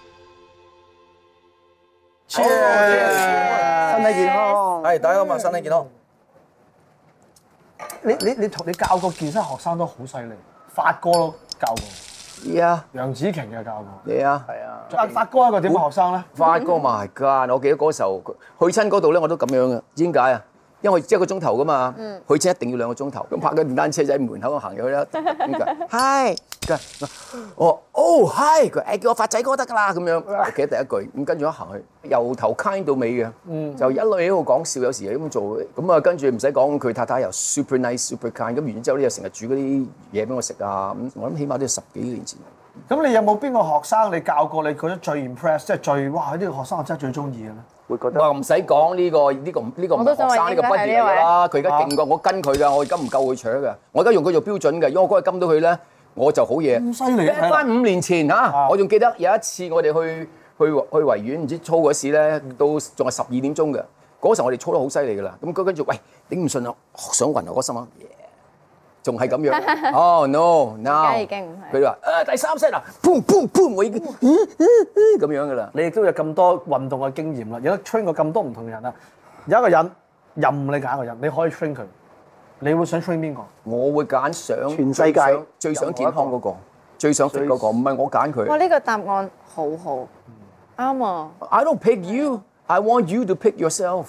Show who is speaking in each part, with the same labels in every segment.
Speaker 1: 係哦大家咁啊，身體健康。
Speaker 2: 你你你同你教過健身學生都好犀利，發哥都教過，
Speaker 3: Yeah,
Speaker 2: 楊紫瓊又教過。
Speaker 3: yeah.
Speaker 4: 係啊，
Speaker 2: 哎阿發哥係一個點嘅學生咧？
Speaker 3: 發哥 my god！我記得嗰時候去親嗰度咧，我都咁樣嘅。知點解啊？因為一個鐘頭噶嘛，去親一定要兩個鐘頭。咁拍緊電單車仔門口行入去啦。點解？Hi，佢話我哦 hi，佢誒叫我發仔哥得㗎啦咁樣。我記得第一句咁，跟住一行去，由頭 kind 到尾
Speaker 2: 嗯
Speaker 3: 嘅，就一路喺度講笑，有時係咁做嘅。咁啊，跟住唔使講，佢太太又 super nice，super kind。咁完之後咧，又成日煮嗰啲嘢俾我食啊。咁我諗起碼都要十幾年前。
Speaker 2: 咁你有冇邊個學生你教過你覺得最 impress，即係最哇呢個學生我真係最中意嘅咧？
Speaker 4: 會覺得
Speaker 3: 哇！唔使講呢個呢個呢個唔係
Speaker 5: 我都
Speaker 3: 學
Speaker 5: 想話
Speaker 3: 生呢個
Speaker 5: 應該
Speaker 3: 畢業
Speaker 5: 係呢一
Speaker 3: 嚟㗎
Speaker 5: 位
Speaker 3: 啦，佢而家
Speaker 4: 哦
Speaker 3: 勁過我跟佢㗎，我而家唔夠佢搶㗎，我而家用佢做標準㗎，如果我嗰日跟到佢咧，我就好嘢。
Speaker 2: 咁犀利啊睇落
Speaker 3: 翻五年前嚇，
Speaker 4: 啊
Speaker 3: 我仲記得有一次我哋去去去維園唔知操嗰時咧，到仲係十二點鐘嘅，嗰時候我哋操得好犀利㗎啦。咁佢跟住喂頂唔順啦，想暈啊！我心諗。Yeah 仲係咁樣 哦 no now，
Speaker 5: 而家已經唔係
Speaker 3: 佢話啊第三 set 啊，砰砰砰，我已經嗯嗯嗯咁樣㗎啦。
Speaker 2: 你亦都有咁多運動嘅經驗啦，有得 train 過咁多唔同嘅人啦。有一個人任你揀一個人，你可以 train 佢，你會想 train 邊個？
Speaker 3: 我會揀想
Speaker 4: 全世界
Speaker 3: 最
Speaker 4: 任何
Speaker 3: 想
Speaker 4: 一個
Speaker 3: 健康嗰個，最想 fit 嗰個，唔係我揀
Speaker 5: 哇！
Speaker 3: 佢。
Speaker 5: 呢個答案好好，
Speaker 1: 嗯
Speaker 5: 啱啊！
Speaker 3: I don't pick you, I want you to pick yourself。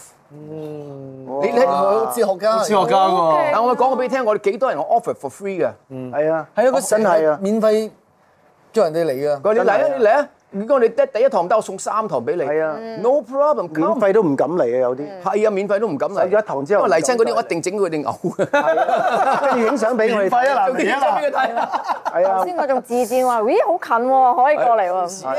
Speaker 3: 你你
Speaker 4: 哇
Speaker 3: 哲學家
Speaker 2: 哲學家喎，
Speaker 3: 嗱，我講過俾你聽，我哋幾多人我 offer for free 嘅。
Speaker 4: 係啊，
Speaker 1: 係啊，佢
Speaker 4: 真係啊，
Speaker 1: 免費叫人哋嚟
Speaker 3: 佢
Speaker 1: 㗎。
Speaker 3: 話你嚟
Speaker 4: 真係
Speaker 3: 啊，
Speaker 4: 啊
Speaker 3: 你嚟啊！如果你得第一堂唔得，我送三堂俾你。
Speaker 4: 係啊
Speaker 3: No problem，
Speaker 4: 免
Speaker 3: come。
Speaker 4: 費都唔敢嚟啊，有啲。
Speaker 3: 係啊，免費都唔敢嚟。
Speaker 4: 上咗一堂之後
Speaker 3: 因為嚟親嗰啲，
Speaker 4: 唔敢嚟
Speaker 3: 我一定整佢 哋嘔 嘅。
Speaker 4: 跟住影相俾我哋
Speaker 2: 免費
Speaker 4: 睇，
Speaker 2: 啊嗱，嚟啊嗱，
Speaker 3: 俾佢睇 啊！
Speaker 1: 哎
Speaker 4: 係啊
Speaker 5: 頭，先我仲自薦話， 咦好近喎，可以過 嚟喎，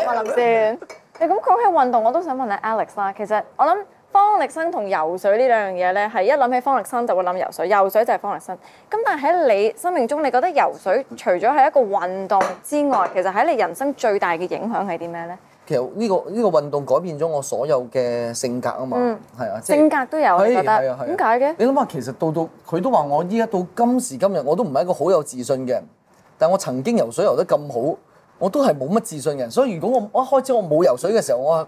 Speaker 5: 我諗先。你咁講起運動，我都想問下 Alex 啦。其實我諗方力申同游水呢兩樣嘢咧，係一諗起方力申就會諗游水，游水就係方力申。咁但係喺你生命中，你覺得游水除咗係一個運動之外，其實喺你人生最大嘅影響係啲咩咧？
Speaker 1: 其實呢個呢個運動改變咗我所有嘅性格啊嘛
Speaker 5: 嗯，
Speaker 1: 係啊，即係
Speaker 5: 性格都有，你覺
Speaker 1: 係
Speaker 5: 得
Speaker 1: 啊係啊
Speaker 5: 點解嘅？
Speaker 1: 你諗下，其實到到佢都話我依家到今時今日，我都唔係一個好有自信嘅人，但我曾經游水游得咁好，我都係冇乜自信嘅人。所以如果我我一開始我冇游水嘅時候，我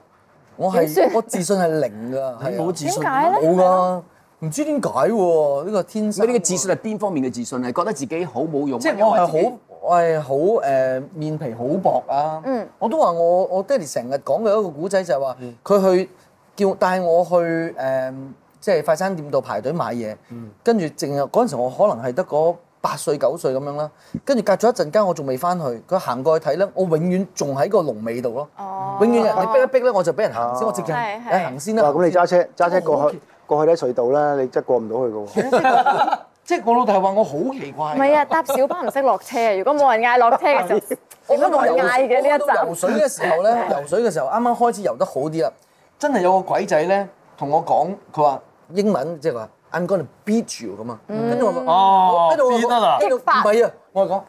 Speaker 1: 我
Speaker 5: 點算
Speaker 1: 係我自信係零㗎，係啊
Speaker 2: 冇自信
Speaker 5: 點解咧
Speaker 1: 冇㗎，唔知點解喎？呢個天
Speaker 3: 你
Speaker 1: 生。
Speaker 3: 嘅自信係邊方面嘅自信？係覺得自己好冇用啊。
Speaker 1: 即係我係
Speaker 3: 因為自
Speaker 1: 好
Speaker 3: 己，
Speaker 1: 我係好誒面皮好薄啊！
Speaker 5: 嗯
Speaker 1: 我都話我我爹哋成日講嘅一個古仔就係話，佢去叫帶我去誒、即係快餐店度排隊買嘢，
Speaker 5: 嗯
Speaker 1: 跟住淨係嗰陣時我可能係得嗰八歲九歲咁樣啦，跟住隔咗一陣間我仲未翻去，佢行過去睇咧，我永遠仲喺個龍尾度咯，
Speaker 5: 哦
Speaker 1: 永遠人哋逼一逼咧我就俾人行先，我直情
Speaker 5: 係係
Speaker 1: 誒行先啦。
Speaker 4: 哇！咁你揸車揸車過
Speaker 1: 哦
Speaker 4: 去過去啲隧道咧，你真係過唔到去嘅喎。
Speaker 1: 即係我老豆係話我好奇怪
Speaker 5: 唔。係啊，搭小巴唔識落車啊！如果冇人嗌落車嘅時候，
Speaker 1: 啊我
Speaker 5: 點解冇人嗌啊嘅呢一集？
Speaker 1: 游水嘅時候咧， 游水嘅時候啱啱開始游得好啲啦，真係有個鬼仔咧同我講，佢話英文即係話 I'm gonna beat you 咁啊，跟住我話
Speaker 2: 哦
Speaker 1: 跟住啊我
Speaker 2: 變得啦
Speaker 1: 跟住我
Speaker 5: 嗯激發
Speaker 1: 唔係啊，我係講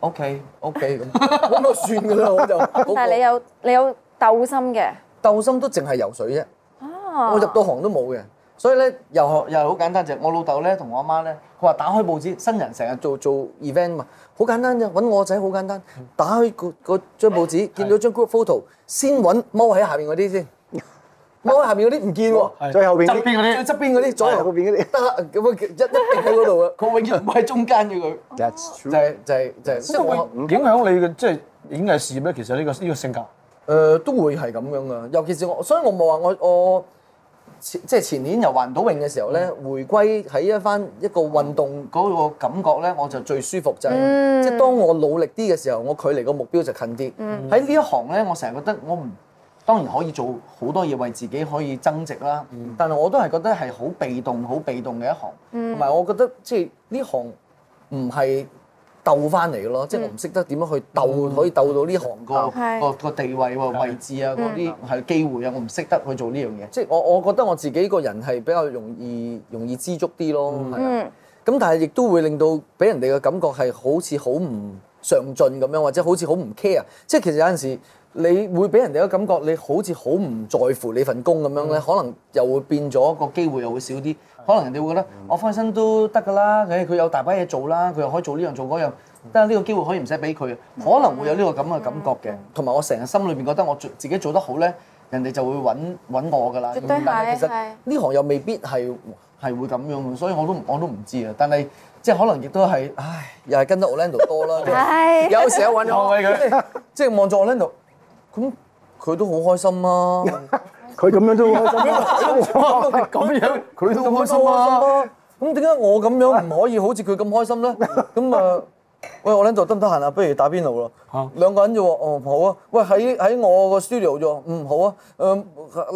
Speaker 1: OK OK 咁，咁就算㗎啦，我就嗰
Speaker 5: 但係你
Speaker 1: 個
Speaker 5: 有你有鬥心嘅，
Speaker 1: 鬥心都淨係游水啫。
Speaker 5: 啊
Speaker 1: 我入到行都冇嘅。所以咧，又學又係好簡單，就係我老豆咧同我阿媽咧，佢話打開報紙，新人成日做做 event 嘛，好簡單啫，揾我個仔好簡單，打開個個張報紙，見到張 group photo，先揾踎喺下邊嗰啲 先，踎喺下邊嗰啲唔見喎，
Speaker 4: 最後邊
Speaker 2: 側邊
Speaker 4: 啲，
Speaker 1: 最
Speaker 2: 嗰
Speaker 1: 側邊嗰啲左右
Speaker 4: 嗰邊嗰啲。
Speaker 1: 得啦咁啊，一一定喺嗰度啊，佢永遠唔喺中間嘅佢，
Speaker 4: That's
Speaker 1: 就
Speaker 4: true
Speaker 1: 係就係就係，即係我
Speaker 2: 啲影響你嘅即係演藝事業咧。其實呢個呢個性格，
Speaker 1: 誒、呃都會係咁樣噶，尤其是我，所以我冇話我我前即係前年游環島泳嘅時候咧，
Speaker 5: 嗯
Speaker 1: 回歸喺一翻一個運動嗰個感覺咧，我就最舒服就係、
Speaker 5: 嗯
Speaker 1: 即係當我努力啲嘅時候，我距離個目標就近啲。
Speaker 5: 嗯
Speaker 1: 喺呢、一行咧，我成日覺得我唔當然可以做好多嘢為自己可以增值啦，
Speaker 5: 嗯
Speaker 1: 但係我都係覺得係好被動、好被動嘅一行，同埋、我覺得即係呢行唔係。鬥翻嚟嘅咯，即係我唔識得點樣去鬥，可以鬥到呢行個
Speaker 5: 嗯係
Speaker 1: 個個地位喎、位置啊、嗰啲係機會啊，我唔識得去做呢樣嘢。即係我我覺得我自己個人係比較容易容易知足啲咯，係啊。
Speaker 5: 嗯
Speaker 1: 咁但係亦都會令到俾人哋嘅感覺係好似好唔上進咁樣，或者好似好唔 care。即係其實有陣時你會俾人哋嘅感覺，你好似好唔在乎你份工咁樣咧，可能又會變咗嗯嗯個機會又會少啲。可能人哋會覺得我翻身都得㗎啦，佢佢有大把嘢做啦，佢又可以做呢樣做嗰樣。但係呢個機會
Speaker 5: 嗯
Speaker 1: 可以唔使俾佢，可能會有呢個咁嘅感覺嘅。同埋我成日心裏面覺得我做自己做得好咧，人哋就會揾揾我㗎啦。
Speaker 5: 絕對係
Speaker 1: 咁但啊其實
Speaker 5: 係
Speaker 1: 呢行又未必係係會咁樣，所以我都唔我都唔知啊。但係即係可能亦都係，唉，又係跟得 Orlando 多 啦。
Speaker 5: 唉，
Speaker 3: 有時候
Speaker 2: 哦
Speaker 3: 揾我，
Speaker 1: 即係望住 Orlando，咁佢都好開心啊，
Speaker 4: 佢咁樣都好開心 啊。
Speaker 2: 咁樣
Speaker 1: 佢都好開心啊。咁點解我咁樣唔可以好似佢咁開心 咧？咁啊，喂，Orlando 得唔得閒啊？不如打邊爐咯。
Speaker 2: 嚇
Speaker 1: 兩個人啫喎，哦好啊，喂喺喺我個 studio 啫喎，嗯好啊，誒、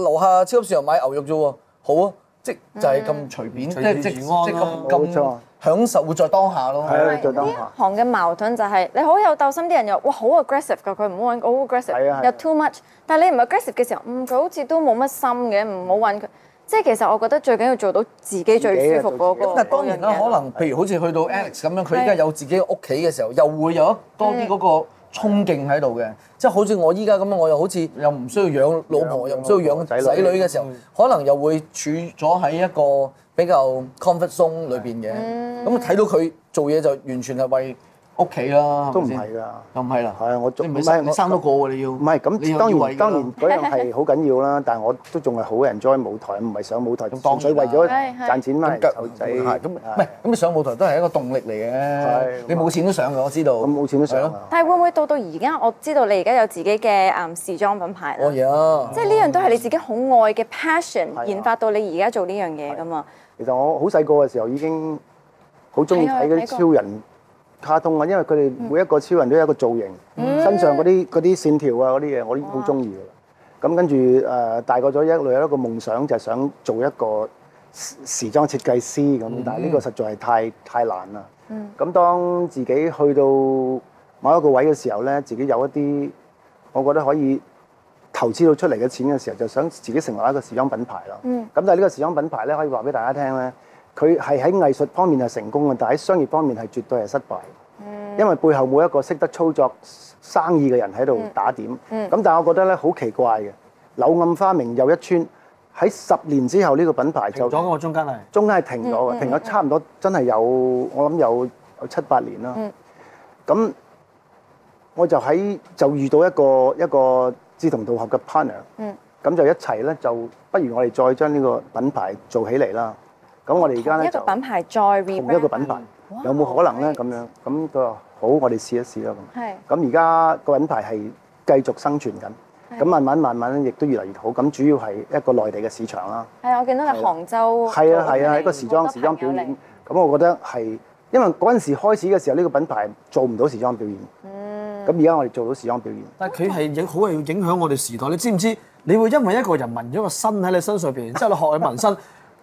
Speaker 1: 樓下超級市場買牛肉啫喎，好啊，即就係咁隨便，即係即即
Speaker 2: 隨遇而安啦
Speaker 1: 咁
Speaker 4: 冇錯
Speaker 1: 咁享受活在當下咯。
Speaker 4: 係啊
Speaker 5: 呢
Speaker 4: 做得
Speaker 5: 一行嘅矛盾就係你好有鬥心，啲人又哇好 aggressive 㗎，佢唔好揾我好
Speaker 4: 係啊係
Speaker 5: aggressive，
Speaker 4: 啊
Speaker 5: 又 too much。但係你唔 aggressive 嘅時候，嗯佢好似都冇乜心嘅，唔好揾佢。即係其實我覺得最緊要做到自己
Speaker 4: 啊
Speaker 5: 最舒服嗰
Speaker 4: 哦
Speaker 5: 個。
Speaker 1: 咁但係當然啦，可能譬如好似去到
Speaker 4: 嗯
Speaker 1: Alex 咁樣，佢依家有自己屋企嘅時候，又會有一多
Speaker 4: 嗯
Speaker 1: 啲嗰個衝勁喺度嘅。即係好似我依家咁樣，我又好似又唔需要養老婆，
Speaker 4: 啊養
Speaker 1: 又唔需要養
Speaker 4: 養老婆嗯
Speaker 1: 仔女嘅時候，可能又會處咗喺一個比較 comfort zone 裏邊嘅。
Speaker 4: 嗯
Speaker 1: 咁睇到佢做嘢就完全係為屋企啦，
Speaker 4: 都唔
Speaker 1: 咪先
Speaker 4: 係㗎
Speaker 1: 又唔係啦，
Speaker 4: 係啊我做
Speaker 1: 你
Speaker 4: 唔
Speaker 1: 唔
Speaker 4: 係
Speaker 1: 生你
Speaker 4: 我
Speaker 1: 生多個喎，你要
Speaker 4: 唔係咁，當然當然嗰樣係好緊要啦， 但係我都仲係好 enjoy 舞台，唔係上舞台，
Speaker 1: 當然啦
Speaker 4: 純粹為咗
Speaker 5: 係係
Speaker 4: 賺錢買手仔。啊
Speaker 1: 係咁，唔係咁你上舞台都係一個動力嚟嘅
Speaker 4: 係。啊
Speaker 1: 你冇錢都上嘅，我知道。
Speaker 4: 咁冇錢都上
Speaker 1: 係咯
Speaker 4: 啊！
Speaker 5: 但係會唔會到到而家？我知道你而家有自己嘅誒時裝品牌啦
Speaker 1: 我。呀
Speaker 5: 即，係呢樣都係你自己好愛嘅 passion，
Speaker 4: 啊
Speaker 5: 研發到你而家做呢樣嘢噶嘛？
Speaker 4: 其實我好細個嘅時候已經好中意睇嗰
Speaker 5: 啊睇過嗯
Speaker 4: 啲超人卡通啊，因為佢哋每一個超人都有一個造型，身上嗰啲嗰啲線條啊嗰啲嘢，我已經好中意㗎啦。咁跟住誒大個咗一路有一個夢想，就係想做一個時時裝設計師咁，
Speaker 5: 嗯
Speaker 4: 但係呢個實在係太太難啦。咁當自己去到某一個位嘅時候咧，自己有一啲我覺得可以投資到出嚟嘅錢嘅時候，就想自己成立一個時裝品牌啦。咁、但係呢個時裝品牌咧，可以話俾大家聽咧，佢係喺藝術方面係成功嘅，但係喺商業方面係絕對係失敗。因為背後冇一個識得操作生意嘅人喺度打點。咁、但係我覺得咧好奇怪嘅，柳暗花明又一村。喺十年之後，呢、個品牌就
Speaker 2: 咗㗎嘛，中間係。
Speaker 4: 中間係停咗嘅，停咗差唔多真係有我諗有有七八年啦。咁、我就喺就遇到一個一個志同道合嘅 partner，咁、就一齊咧就不如我哋再將呢個品牌做起嚟啦。咁我哋而家
Speaker 5: 一
Speaker 4: 咧
Speaker 5: 個
Speaker 4: 就
Speaker 5: 品牌再 rebrand，
Speaker 4: 同一個品牌，有冇可能咧咁樣？咁佢話好，我哋試一試啦咁。
Speaker 5: 係
Speaker 4: 咁而家個品牌係繼續生存緊，咁慢慢慢慢咧亦都越嚟越好。咁主要係一個內地嘅市場啦。
Speaker 5: 係啊！我見到你杭州
Speaker 4: 係啊
Speaker 5: 做
Speaker 4: 係啊，
Speaker 5: opening，
Speaker 4: 一個時裝
Speaker 5: 好多
Speaker 4: 時裝
Speaker 5: 朋
Speaker 4: 表
Speaker 5: 友
Speaker 4: 演。咁我覺得係，因為嗰陣時開始嘅時候，呢、個品牌做唔到時裝表演。嗯。咁而家我哋做到時裝表演，
Speaker 2: 但係佢係影好係要影響我哋時代，你知唔知？你會因為一個人紋咗個身喺你身上邊，然之後你學佢紋身，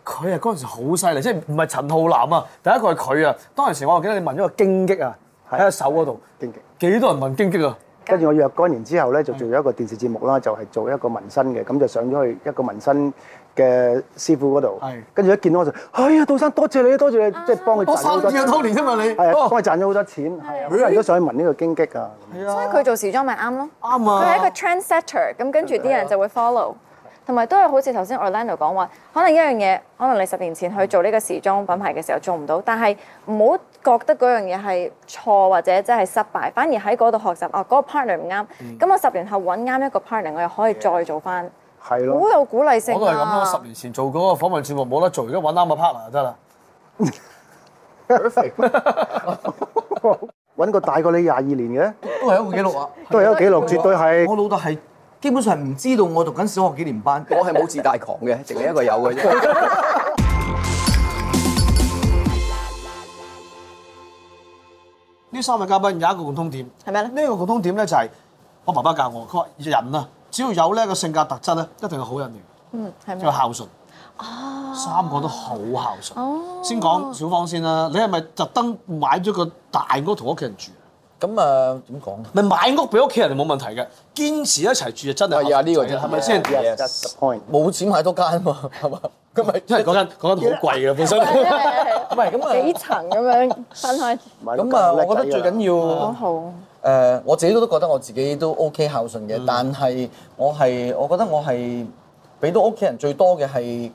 Speaker 2: 佢係嗰陣時好犀利，即係唔係陳浩南啊？第一個係佢啊！當陣時我記得你紋咗個荊棘啊，喺個手嗰度，
Speaker 4: 經紀。
Speaker 2: 幾多人紋荊棘啊？
Speaker 4: 跟住我若干年之後咧，就做咗一個電視節目啦，就係、做一個紋身嘅，咁就上咗去一個紋身嘅師傅嗰度
Speaker 2: 係。
Speaker 4: 跟住一見到我就，哎呀，杜生多謝你，多謝你，即係幫佢賺
Speaker 2: 我
Speaker 4: 咗
Speaker 2: 生
Speaker 4: 好多
Speaker 2: 意啊，
Speaker 4: 錢。
Speaker 2: 當年啫嘛你，
Speaker 4: 係啊，幫
Speaker 2: 哦
Speaker 4: 佢賺咗好多錢，係啊，好多人都想去紋呢個經擊啊。
Speaker 5: 所以佢做時裝咪啱咯。
Speaker 4: 哦
Speaker 2: 啱
Speaker 5: 佢係一個
Speaker 2: 啊！
Speaker 5: trendsetter，咁跟住
Speaker 4: 啊
Speaker 5: 啲人就會 follow，同埋都係好似頭先 Orlando 講話，可能一樣嘢，可能你十年前去做呢個時裝品牌嘅時候做唔到，但係唔好覺得嗰樣嘢係錯或者真係失敗，反而喺嗰度學習，哦嗰、個 partner 唔啱，
Speaker 4: 嗯
Speaker 5: 咁、我十年後揾啱一個 partner，我又可以再做翻，
Speaker 4: 係咯
Speaker 5: 好。有鼓勵性
Speaker 2: 我都係咁
Speaker 5: 啊！
Speaker 2: 咯，十年前做嗰個訪問節目冇得做，而家揾啱個 partner 就得啦。
Speaker 4: 揾個大過你廿二年嘅，
Speaker 1: 都係一個記錄啊。
Speaker 4: 都係一個記錄，絕對係。
Speaker 1: 我老豆係基本上唔知道我讀緊小學幾年班。
Speaker 3: 我係冇自大狂嘅，淨係一個有嘅啫。
Speaker 2: 呢三位嘉賓有一個共通點，
Speaker 5: 係咩呢
Speaker 2: 呢個共通點咧就係我爸爸教我，佢話人啊，只要有呢個性格特質咧，一定係好人嚟嘅。
Speaker 5: 嗯，係
Speaker 2: 因為
Speaker 5: 咩？
Speaker 2: 孝順。三個都好孝順。先講小芳先啦，你係咪特登買咗個大屋同屋企人住？
Speaker 1: 咁啊點講咧？
Speaker 2: 咪買屋俾屋企人冇問題嘅，堅持一齊住就真
Speaker 1: 哎
Speaker 2: 係
Speaker 3: 係啊呢個真係
Speaker 2: 係咪先？哎
Speaker 4: Yes, that's the point。
Speaker 1: 冇錢買多間嘛，係嘛？咁咪
Speaker 2: 因為嗰間嗰間好貴嘅本身。
Speaker 1: 唔係咁
Speaker 5: 幾
Speaker 1: 啊？
Speaker 5: 層咁樣分開，
Speaker 1: 咁啊，我覺得最緊
Speaker 5: 好
Speaker 1: 要
Speaker 5: 好。
Speaker 1: 誒，我自己都覺得我自己都 OK 孝順嘅，但係我係我覺得我係俾到屋企人最多嘅係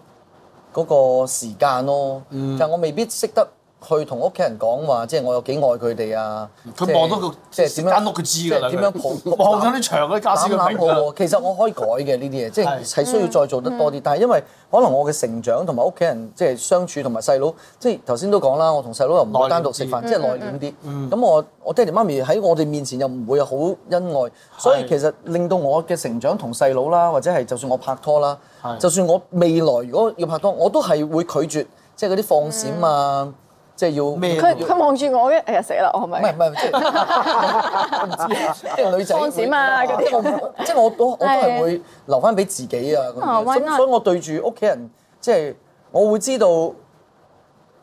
Speaker 1: 嗰個時間咯，但我未必識得去同屋企人講話，即係我有幾愛佢哋啊！即
Speaker 2: 佢
Speaker 1: 係
Speaker 2: 望到個
Speaker 1: 即
Speaker 2: 即
Speaker 1: 係
Speaker 2: 係
Speaker 1: 點
Speaker 2: 間屋，
Speaker 1: 樣
Speaker 2: 佢知㗎啦。
Speaker 1: 即係點樣
Speaker 2: 佢
Speaker 1: 抱
Speaker 2: 望到啲牆嗰啲家私，
Speaker 1: 攬
Speaker 2: 佢
Speaker 1: 攬
Speaker 2: 明
Speaker 1: 抱
Speaker 2: 㗎
Speaker 1: 我。其實我可以改嘅呢啲嘢，即係
Speaker 2: 係
Speaker 1: 係需要再做得
Speaker 5: 嗯
Speaker 1: 多啲。但係因為可能我嘅成長同埋屋企人即係相處同埋細佬，即係頭先都講啦，我同細佬又唔
Speaker 2: 內斂
Speaker 1: 會
Speaker 2: 啲嗯
Speaker 1: 單獨食飯，即係內斂啲。咁我我爹哋媽咪喺我哋面前又唔會好恩愛，所以其實令到我嘅成長同細佬啦，或者係就算我拍拖啦
Speaker 2: 係，
Speaker 1: 就算我未來如果要拍拖，我都係會拒絕，即係嗰啲放閃啊，即係要
Speaker 2: 嗯咩
Speaker 5: 佢佢望住我嘅，哎呀死啦！我係
Speaker 1: 唔係
Speaker 5: 咪
Speaker 1: 唔？係，即係我唔知啊， 即係女仔
Speaker 5: 放閃啊
Speaker 1: 會
Speaker 5: 嗰啲
Speaker 1: 即係我唔即係我都我都係會留翻俾自己啊咁
Speaker 5: 啊
Speaker 1: 樣，
Speaker 5: why
Speaker 1: 咁
Speaker 5: not？
Speaker 1: 所以我對住屋企人，即係我會知道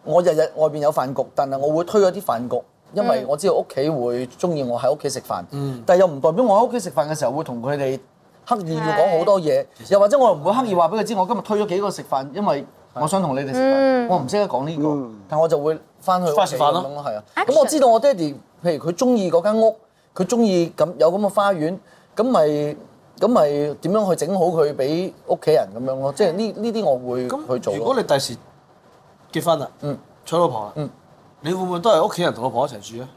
Speaker 1: 我日日外邊有飯局，但係我會推咗啲飯局。因
Speaker 5: 嗯
Speaker 1: 為我知道屋企會中意我喺屋企食飯，
Speaker 2: 嗯
Speaker 1: 但係又唔代表我喺屋企食飯嘅時候會同佢哋刻意要講好多嘢，又或者我又唔會刻意話俾佢知我今日推咗幾個食飯，因為我想同你哋食
Speaker 5: 嗯
Speaker 1: 飯，我唔識得講呢個，但我就會翻去
Speaker 2: 嗯返去食飯咯
Speaker 1: 咁樣係啊。咁我知道我爹哋，譬如佢中意嗰間屋，佢中意咁有咁嘅花園，咁咪咁咪點樣去整好佢俾屋企人咁樣咯？即係呢呢啲我會去做咯。
Speaker 2: 咁如果你第時結婚啦，
Speaker 1: 嗯
Speaker 2: 娶老婆啦，
Speaker 1: 嗯
Speaker 2: 你會唔會都係屋企人同老婆一齊住啊？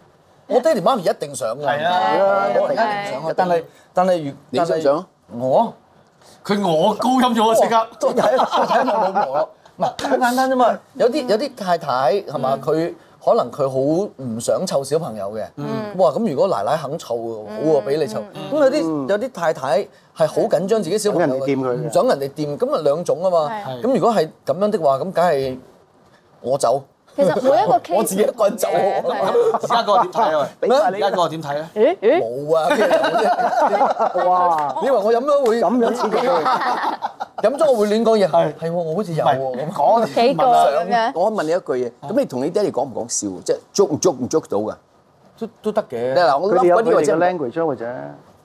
Speaker 1: 我爹哋媽咪一定想㗎，
Speaker 2: 係啊
Speaker 1: 係我一定
Speaker 5: 係
Speaker 1: 想啊。但係但係如
Speaker 3: 你想唔想啊？
Speaker 1: 但係我。
Speaker 2: 佢我高音咗啊！即刻
Speaker 1: 都睇睇我老婆咯。唔係好簡單啫嘛。有啲有啲太太係嘛，佢可能佢好唔想湊小朋友嘅。哇！咁如果奶奶肯湊喎，好喎，俾你湊。咁有啲有啲太太係好緊張自己小朋友
Speaker 4: 想人哋掂佢
Speaker 1: 嘅，
Speaker 4: 嘅
Speaker 1: 唔想人哋掂。咁啊兩種啊嘛。
Speaker 5: 係
Speaker 1: 咁如果係咁樣的話，咁梗係我走。
Speaker 5: 其實每 一個 case
Speaker 1: 我自己一個人走
Speaker 5: 嘅
Speaker 1: 好
Speaker 5: 係啊
Speaker 2: 而家嗰個點睇啊？喂
Speaker 4: 俾晒
Speaker 2: 而
Speaker 4: 你
Speaker 2: 家嗰個點睇咧？
Speaker 5: 咦咦，
Speaker 1: 冇啊！邊有啫
Speaker 4: 哇！
Speaker 1: 你以為我飲咗會
Speaker 4: 咁樣刺激佢，
Speaker 1: 飲咗我會亂講嘢？
Speaker 2: 係
Speaker 1: 係喎，我好似有
Speaker 2: 唔係
Speaker 1: 喎咁。
Speaker 2: 講
Speaker 5: 幾個咁樣，
Speaker 3: 我問你一句嘢，
Speaker 4: 啊
Speaker 3: 咁你同你爹哋講唔講笑？即係捉唔捉唔捉到㗎？
Speaker 1: 都都得嘅
Speaker 3: 嗱，我
Speaker 4: 佢
Speaker 3: 諗
Speaker 4: 哋有
Speaker 3: 嗰
Speaker 4: 佢
Speaker 3: 啲
Speaker 4: 哋
Speaker 3: 或者
Speaker 4: 嘅
Speaker 3: 唔
Speaker 4: language 咯，或者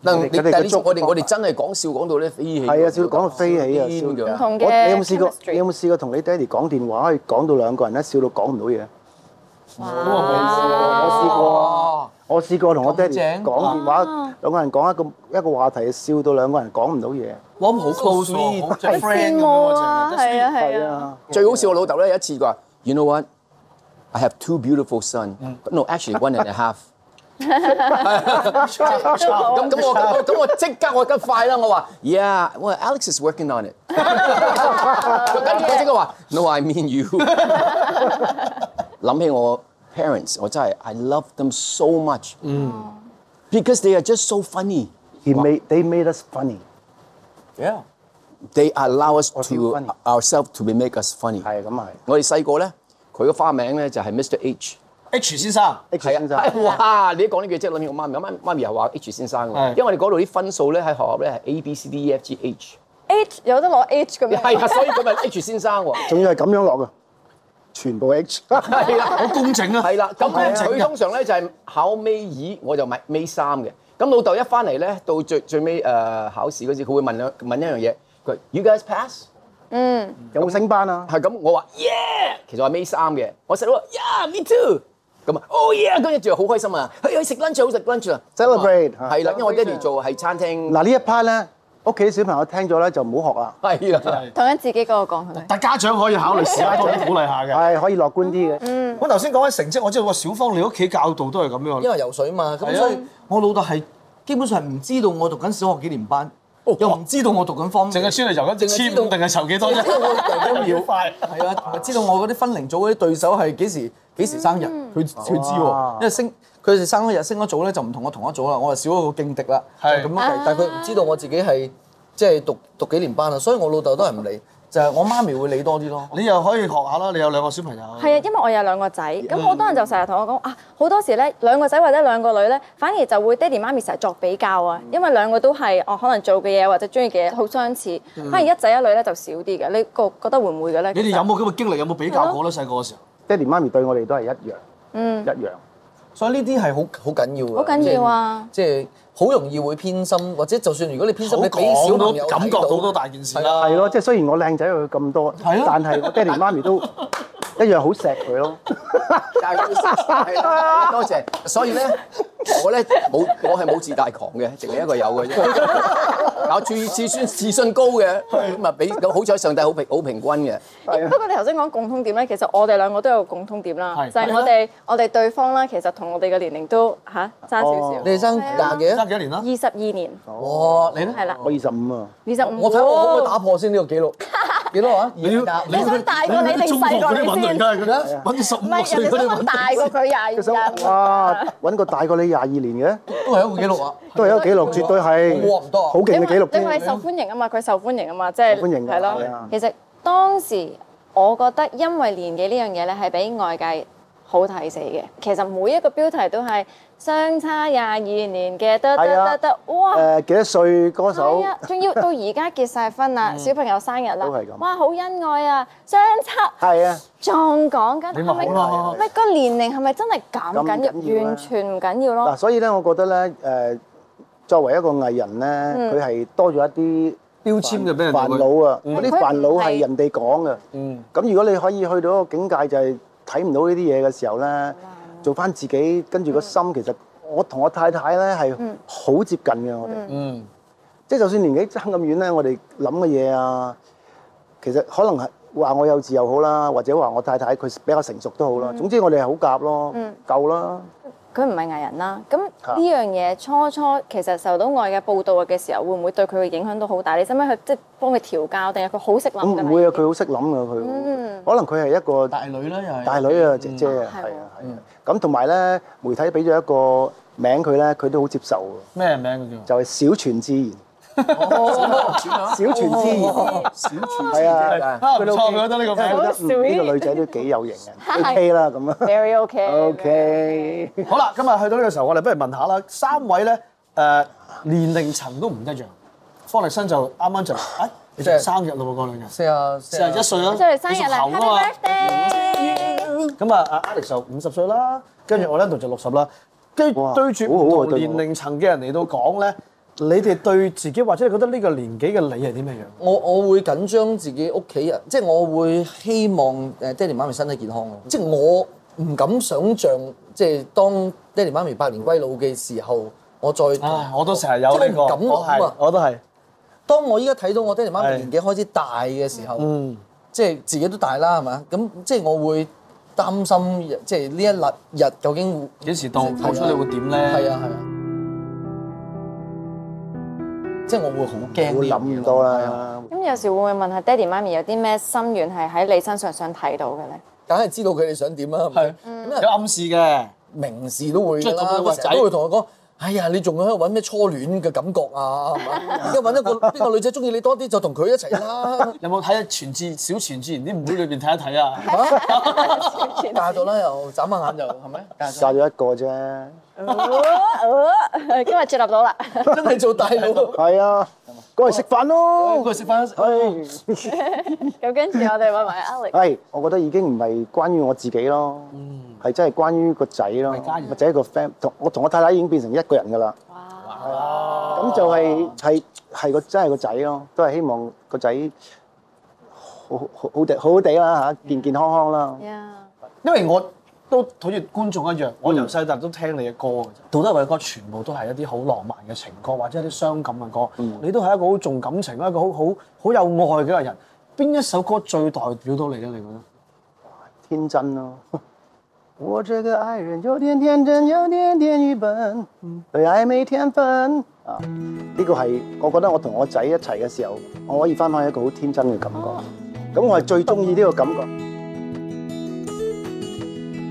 Speaker 3: 嗱，你但係你捉我哋，我哋
Speaker 4: 真
Speaker 3: 真係講笑講到咧飛起。
Speaker 4: 係啊，笑講到飛起啊，
Speaker 3: 癲
Speaker 4: 笑
Speaker 5: 唔
Speaker 3: 㗎。
Speaker 5: 同
Speaker 4: 我
Speaker 5: 嘅
Speaker 4: 你有冇試過？
Speaker 5: chemistry
Speaker 4: 你有冇試過同你爹哋講電話，講到兩個人咧笑到講唔到嘢？我試過啊，我試過同我爹哋講電話，兩個人講一個一個話題，笑到兩個人講唔到嘢。
Speaker 2: 我諗好 close 喎，好即係 friend 咁樣
Speaker 5: 羨慕
Speaker 2: 喎
Speaker 5: 啊，
Speaker 2: 淨係
Speaker 5: 係啊係
Speaker 4: 係
Speaker 5: 啊，
Speaker 4: 啊，
Speaker 3: 最好笑我老豆咧，有一次佢話：You know what? I have two beautiful son.
Speaker 4: 嗯
Speaker 3: But No, actually one and a half. 咁咁 我咁我咁我即刻我得快啦！我話：Yeah, well Alex is working on it。跟住佢即刻話：No, I mean you。諗起我 parents，我真係 I love them so much。Because they are just so funny。
Speaker 4: He made they made us funny，
Speaker 1: Yeah
Speaker 3: They allow us to
Speaker 4: Or feel funny.
Speaker 3: ourselves to be make us funny。
Speaker 4: 係咁啊係。
Speaker 3: 我哋細個咧，佢個花名咧就係 Mr H。
Speaker 2: H 先 生，
Speaker 4: H
Speaker 3: 係
Speaker 4: 先生
Speaker 3: 啊，哇！你一講呢句即係諗起我媽咪，我媽媽咪又話 H 先生
Speaker 2: 係
Speaker 3: 喎，因為我哋嗰度啲分數咧喺學校咧係 A B C D E F G H，
Speaker 5: H 有得攞 H 咁 樣，
Speaker 3: 係啊，所以佢咪 H 先生喎，
Speaker 4: 仲要係咁樣落嘅，全部 H。
Speaker 3: 係啦，
Speaker 2: 好工整啊！
Speaker 3: 係啦，咁咧
Speaker 2: 係啊
Speaker 3: 佢通常咧就係考尾二，我就咪尾三嘅。咁老豆一翻嚟咧，到最最尾誒考試嗰時，佢會問兩問一樣嘢，佢話 You guys pass？
Speaker 4: 有冇升班啊？
Speaker 3: 係咁，我話 Yeah，其實我係尾三嘅，我細佬話 Yeah，me too。咁啊，Oh yeah！跟住就好開心啊，去去食 lunch 好食 lunch 啊
Speaker 4: Celebrate，
Speaker 3: 係啦，因為我爹哋做係餐廳，
Speaker 4: 嗱呢一 part 咧，屋企小朋友聽咗咧就唔好學啦，
Speaker 3: 係啦。
Speaker 5: 同緊自己嗰個講係咪？
Speaker 2: 但家長可以考慮試下多啲鼓勵下嘅。
Speaker 4: 係可以樂觀啲嘅。
Speaker 2: 我頭先講起成績，我知道個小芳你屋企教導都係咁樣。
Speaker 1: 因為游水嘛，咁
Speaker 2: 啊
Speaker 1: 所以我老豆係基本上唔知道我讀緊小學幾年班，又唔知道我讀緊方，
Speaker 2: 哦淨係知你由緊千五定係籌幾 多啫？
Speaker 1: 我
Speaker 2: 要快
Speaker 1: 係啊，同埋知道我嗰啲分齡組嗰啲對手係幾時幾時生日，佢佢知喎，
Speaker 4: 哇
Speaker 1: 因為升佢哋生一日升一組咧就唔同我同一組啦，我就少一個勁敵啦，就
Speaker 2: 係
Speaker 1: 咁樣計，但係佢唔知道我自己係即係讀讀幾年班啦，啊所以我老豆都係唔理，就係我媽咪會理多啲咯。
Speaker 2: 你又可以學下啦，你有兩個小朋友。
Speaker 5: 係啊，因為我有兩個仔，咁好多人就成日同我講啊，好多時咧兩個仔或者兩個女咧，反而就會爹哋媽咪成日作比較啊，因為兩個都係哦可能做嘅嘢或者中意嘅嘢好相似，反而一仔一女咧就少啲嘅，你覺覺得會唔會嘅咧？
Speaker 2: 你哋有冇咁嘅經歷？有冇比較過咧？細個嘅時候，
Speaker 4: 爹哋媽咪對我哋都係一樣，一樣。
Speaker 1: 所以呢啲係好好緊要嘅，
Speaker 5: 好緊要啊
Speaker 1: 即係！即係好容易會偏心，或者就算如果你偏心，
Speaker 2: 好
Speaker 1: 你俾小朋友
Speaker 2: 講都感覺到都大件事啦。啊
Speaker 4: 係咯，即係雖然我靚仔佢咁多，
Speaker 2: 係咯
Speaker 4: 但係我爹哋媽咪都一樣好錫佢咯。
Speaker 3: 但係係啦多謝。所以咧，我咧冇，我係冇自大狂嘅，淨係一個有 嘅啫。但我自自尊自信高嘅，咁啊俾咁好彩上帝好平好平均嘅。
Speaker 4: 係啊
Speaker 5: 不過你頭先講共通點咧，其實我哋兩個都有共通點啦，
Speaker 2: 係
Speaker 5: 就係我哋我哋對方啦，其實同我哋嘅年齡都嚇爭少少
Speaker 4: 哦，
Speaker 1: 你哋爭廿幾啊？
Speaker 2: 爭幾多年啦？
Speaker 5: 二十二年，
Speaker 2: 哦
Speaker 1: 哇！你咧？
Speaker 5: 係啦，
Speaker 4: 我二十五啊，
Speaker 5: 二十五。
Speaker 1: 我睇我可唔可以打破先呢個紀錄？幾多啊？
Speaker 2: 你要
Speaker 1: 二打
Speaker 5: 你想大過你定細過你先
Speaker 2: 嗰啲揾十
Speaker 5: 唔係人哋想我大過佢廿
Speaker 4: 其
Speaker 5: 二
Speaker 4: 實
Speaker 5: 廿五
Speaker 4: 哇，揾個大過你廿二年
Speaker 1: 都係一個紀錄啊！
Speaker 4: 嘅，都係一個紀錄，絕對
Speaker 1: 哇唔
Speaker 4: 係
Speaker 1: 多啊
Speaker 4: 好勁嘅紀錄
Speaker 5: 因為
Speaker 4: 添
Speaker 5: 因為。受歡迎啊嘛，佢受歡迎啊嘛，即係
Speaker 4: 受歡迎㗎
Speaker 5: 係
Speaker 4: 係啊
Speaker 5: 咯。其實當時我覺得，因為年紀呢樣嘢咧，係俾外界好睇死嘅。其實每一個標題都係相差廿二年嘅，得得
Speaker 4: 係啊
Speaker 5: 得得，哇！
Speaker 4: 誒幾多歲歌手
Speaker 5: 係？啊，仲要到而家結晒婚啦，小朋友生日啦
Speaker 4: 都係咁，
Speaker 5: 哇，好恩愛啊，相差
Speaker 4: 係啊，
Speaker 5: 仲講緊，
Speaker 2: 你咪好咯
Speaker 5: 係咪個年齡係咪真係咁
Speaker 4: 咁緊
Speaker 5: 緊
Speaker 4: 要
Speaker 5: 要？
Speaker 4: 啊
Speaker 5: 完全唔緊要
Speaker 4: 嗱，
Speaker 5: 咯，
Speaker 4: 所以咧，我覺得咧，誒作為一個藝人咧，佢係多咗一啲。
Speaker 2: 標籤就俾人哋
Speaker 4: 煩
Speaker 2: 會
Speaker 4: 惱啊！嗰啲
Speaker 5: 佢唔
Speaker 4: 煩惱係
Speaker 5: 係
Speaker 4: 人哋講嘅。
Speaker 2: 嗯
Speaker 4: 咁如果你可以去到一個境界，就係睇唔到呢啲嘢嘅時候咧，做翻自己，跟住個心其實我同我太太咧係好接近嘅，我哋
Speaker 2: 嗯，
Speaker 4: 即係就算年紀爭咁遠咧，我哋諗嘅嘢啊，其實可能係話我幼稚又好啦，或者話我太太佢比較成熟都好啦。總之我哋係好夾咯，夠啦。
Speaker 5: 佢唔係藝人啦。咁呢
Speaker 4: 嚇
Speaker 5: 樣嘢初初其實受到外界報道嘅時候，會唔會對佢嘅影響都好大？你使唔使去即係幫佢調教，定係佢好識諗㗎
Speaker 4: 咁
Speaker 5: 啦
Speaker 4: 唔會啊，佢好識諗㗎佢，可能佢係一個
Speaker 1: 大女啦，又係
Speaker 4: 大女啊，姐姐啊，
Speaker 5: 係
Speaker 4: 係
Speaker 5: 喎
Speaker 4: 啊，係啊。咁同埋咧，媒體俾咗一個名佢咧，佢都好接受 嘅，
Speaker 2: 咩名
Speaker 4: 就係小傳自然，
Speaker 3: 小
Speaker 4: 小傳自然。
Speaker 3: 傳
Speaker 4: 係啊
Speaker 2: 叫做？啊，唔錯，我覺得呢個名。
Speaker 4: 真係覺得嗯呢個女仔都幾有型嘅，OK 啦咁啊。
Speaker 5: ？Very OK。
Speaker 4: OK，
Speaker 2: 好啦，今日去到呢個時候，我哋不如問下啦，三位咧誒年齡層都唔一樣，方力申就啱啱就誒，你就生日嘞喎，過兩日，
Speaker 1: 四啊
Speaker 2: 四十一歲啦，
Speaker 5: 即係生日啦
Speaker 2: 你屬猴啊嘛
Speaker 5: ，Happy Birthday！
Speaker 2: 咁啊，阿 Alex 就五十歲啦，跟住我呢度就六十啦。跟住
Speaker 4: 哇
Speaker 2: 對住唔
Speaker 4: 好好啊
Speaker 2: 同
Speaker 4: 對
Speaker 2: 年
Speaker 4: 我
Speaker 2: 齡層嘅人嚟到講咧，你哋對自己或者你覺得呢個年紀嘅你係點嘅樣？
Speaker 1: 我我會緊張自己屋企人，即係我會希望誒爹哋媽咪身體健康咯。即係我唔敢想像，即係當爹哋媽咪百年歸老嘅時候，我再
Speaker 2: 唉，我都成日有呢個，
Speaker 1: 即係唔
Speaker 2: 我
Speaker 1: 敢諗
Speaker 2: 係
Speaker 1: 啊！
Speaker 2: 我都係，
Speaker 1: 當我依家睇到我爹哋媽
Speaker 2: 係
Speaker 1: 咪年紀開始大嘅時候，
Speaker 2: 嗯，
Speaker 1: 即係自己都大啦，係嘛？咁即係我會擔心，即係呢一日日究竟
Speaker 2: 幾時到
Speaker 1: 啊
Speaker 2: 跑出你會點咧？
Speaker 1: 係啊係啊，即係我會好驚呢
Speaker 4: 會
Speaker 1: 樣嘢咯。
Speaker 4: 諗唔多
Speaker 1: 係啊，
Speaker 4: 啦。
Speaker 5: 咁有時會唔會問下爹哋媽咪有啲咩心願係喺你身上想睇到嘅咧？
Speaker 1: 梗係知道佢哋想點啦，係咪
Speaker 2: 係有暗示嘅，
Speaker 1: 明示都會
Speaker 2: 即係
Speaker 1: 㗎
Speaker 2: 咁
Speaker 1: 啦，
Speaker 2: 你話
Speaker 1: 佢成日都會同我講。哎呀，你仲喺度揾咩初戀嘅感覺啊？係嘛？而家揾一個邊個女仔中意你多啲，就同佢一齊啦。
Speaker 2: 有冇睇下全智小全智賢啲唔會裏邊睇一睇啊？
Speaker 1: 嫁咗啦，又眨下眼就係咪？嫁咗
Speaker 4: 嫁咗一個啫，
Speaker 5: 今日接納到啦，
Speaker 1: 真係做大佬。
Speaker 4: 係啊，過嚟食飯咯。
Speaker 1: 過去食飯
Speaker 2: 呃
Speaker 4: 係
Speaker 5: 咁跟住我哋問埋 Alex。
Speaker 4: 係，哎我覺得已經唔係關於我自己咯，係真係關於個仔咯
Speaker 2: 嗯係家人，
Speaker 4: 或者個 fam 同我同我太太已經變成一個人㗎啦。咁就係係係個真係個仔咯，都係希望個仔好好好地好好地啦嚇，健健康康啦。
Speaker 5: 呀
Speaker 2: 因為我都好似觀眾一
Speaker 4: 嗯
Speaker 2: 樣，我由細到大都聽你嘅歌嘅啫，杜德偉嘅歌全部都係一啲好浪漫嘅情歌，或者一啲傷感嘅歌。
Speaker 4: 嗯
Speaker 2: 你都係一個好重感情，一個好好好有愛嘅一個人。邊一首歌最代表到你咧？你覺
Speaker 4: 嗯
Speaker 2: 得？
Speaker 4: 天真咯。我這個愛人有點天真，有點點愚笨，對愛沒天分。啊，呢個係我覺得我同我仔一齊嘅時候，我可以翻返一個好天真嘅感覺。咁我係最中意呢個感覺。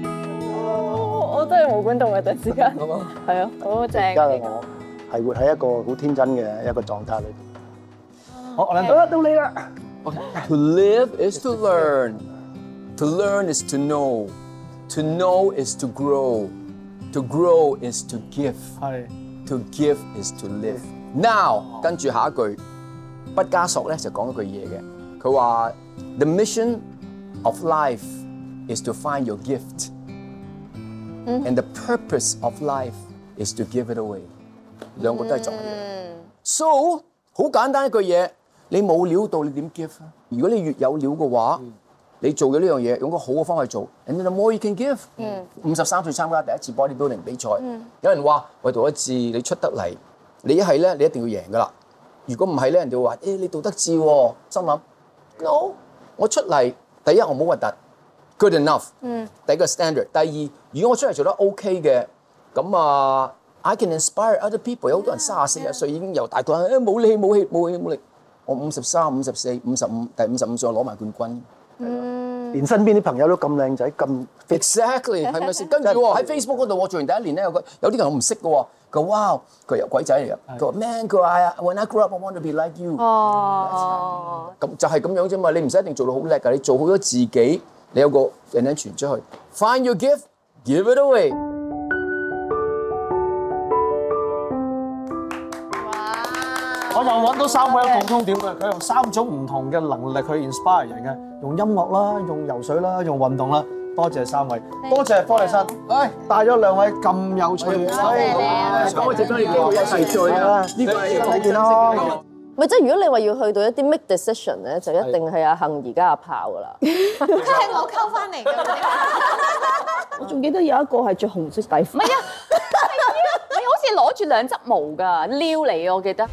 Speaker 5: 我我真係冇管動嘅，突然之間，
Speaker 1: 咁啊！
Speaker 5: 係啊，好正
Speaker 4: 而家嘅
Speaker 5: 啊。
Speaker 4: 我係活喺一個好天真嘅一個狀態裏邊。
Speaker 2: 好，我諗
Speaker 4: 好啦，到你啦。
Speaker 3: To live is to learn. To learn is to know. To know is to grow. To grow is to give.
Speaker 2: 係
Speaker 3: To give is to live. Now，跟住下一句，畢加索咧就講一句嘢嘅，佢話：The mission of life is to find your gift, and the purpose of life is to give it away。兩個都係重要。So 好簡單一句嘢，你冇料到你點 give 啊？如果你越有料嘅話，你做嘅呢樣嘢用個好嘅方法去做，and then the more you can give。五十三歲參加第一次 bodybuilding 比賽，有人話：喂，杜一志，你出得嚟，你一係咧，你一定要贏噶啦。如果唔係咧，人哋會話：誒、你杜德志喎、心諗，no，我出嚟第一我冇核突，good enough，、第一個 standard。第二，如果我出嚟做得 OK 嘅，咁啊，I can inspire other people。有好多人三十四十歲已經由大個人，誒冇氣冇氣冇氣冇力。我五十三、五十四、五十五，第五十五歲我攞埋冠軍。
Speaker 4: 連身邊啲朋友都咁靚仔，咁 fit，
Speaker 3: Exactly，係咪先？跟住喎喺 Facebook 嗰度，我做完第一年咧，有個有啲人我唔識嘅喎，佢話哇，佢有鬼仔嚟嘅，佢話 man，佢話 I uh, when I grow up I want to be like you，
Speaker 5: 哦，
Speaker 3: 咁就係咁樣啫嘛，你唔使一定做到好叻㗎，你做好咗自己，你有個人咧傳出去，find your gift，give it away。
Speaker 2: 我又揾到三位有共通點嘅，佢用三種唔同嘅能力去 inspire 人嘅，用音樂啦，用游水啦，用運動啦。多謝三位，多謝方力申，唉，帶咗兩位咁有趣嘅，哎
Speaker 3: 咁我藉咗你
Speaker 2: 啊
Speaker 3: 機會一齊聚
Speaker 4: 啊
Speaker 3: 啦，呢個係好健康。
Speaker 6: 咪即係如果你話要去到一啲 make decision 咧，就一定係阿杏而家阿炮噶啦。
Speaker 7: 係我溝翻嚟㗎。
Speaker 6: 我仲記得有一個係着紅色底褲。
Speaker 5: 你好似攞住兩執毛㗎，撩你我記得。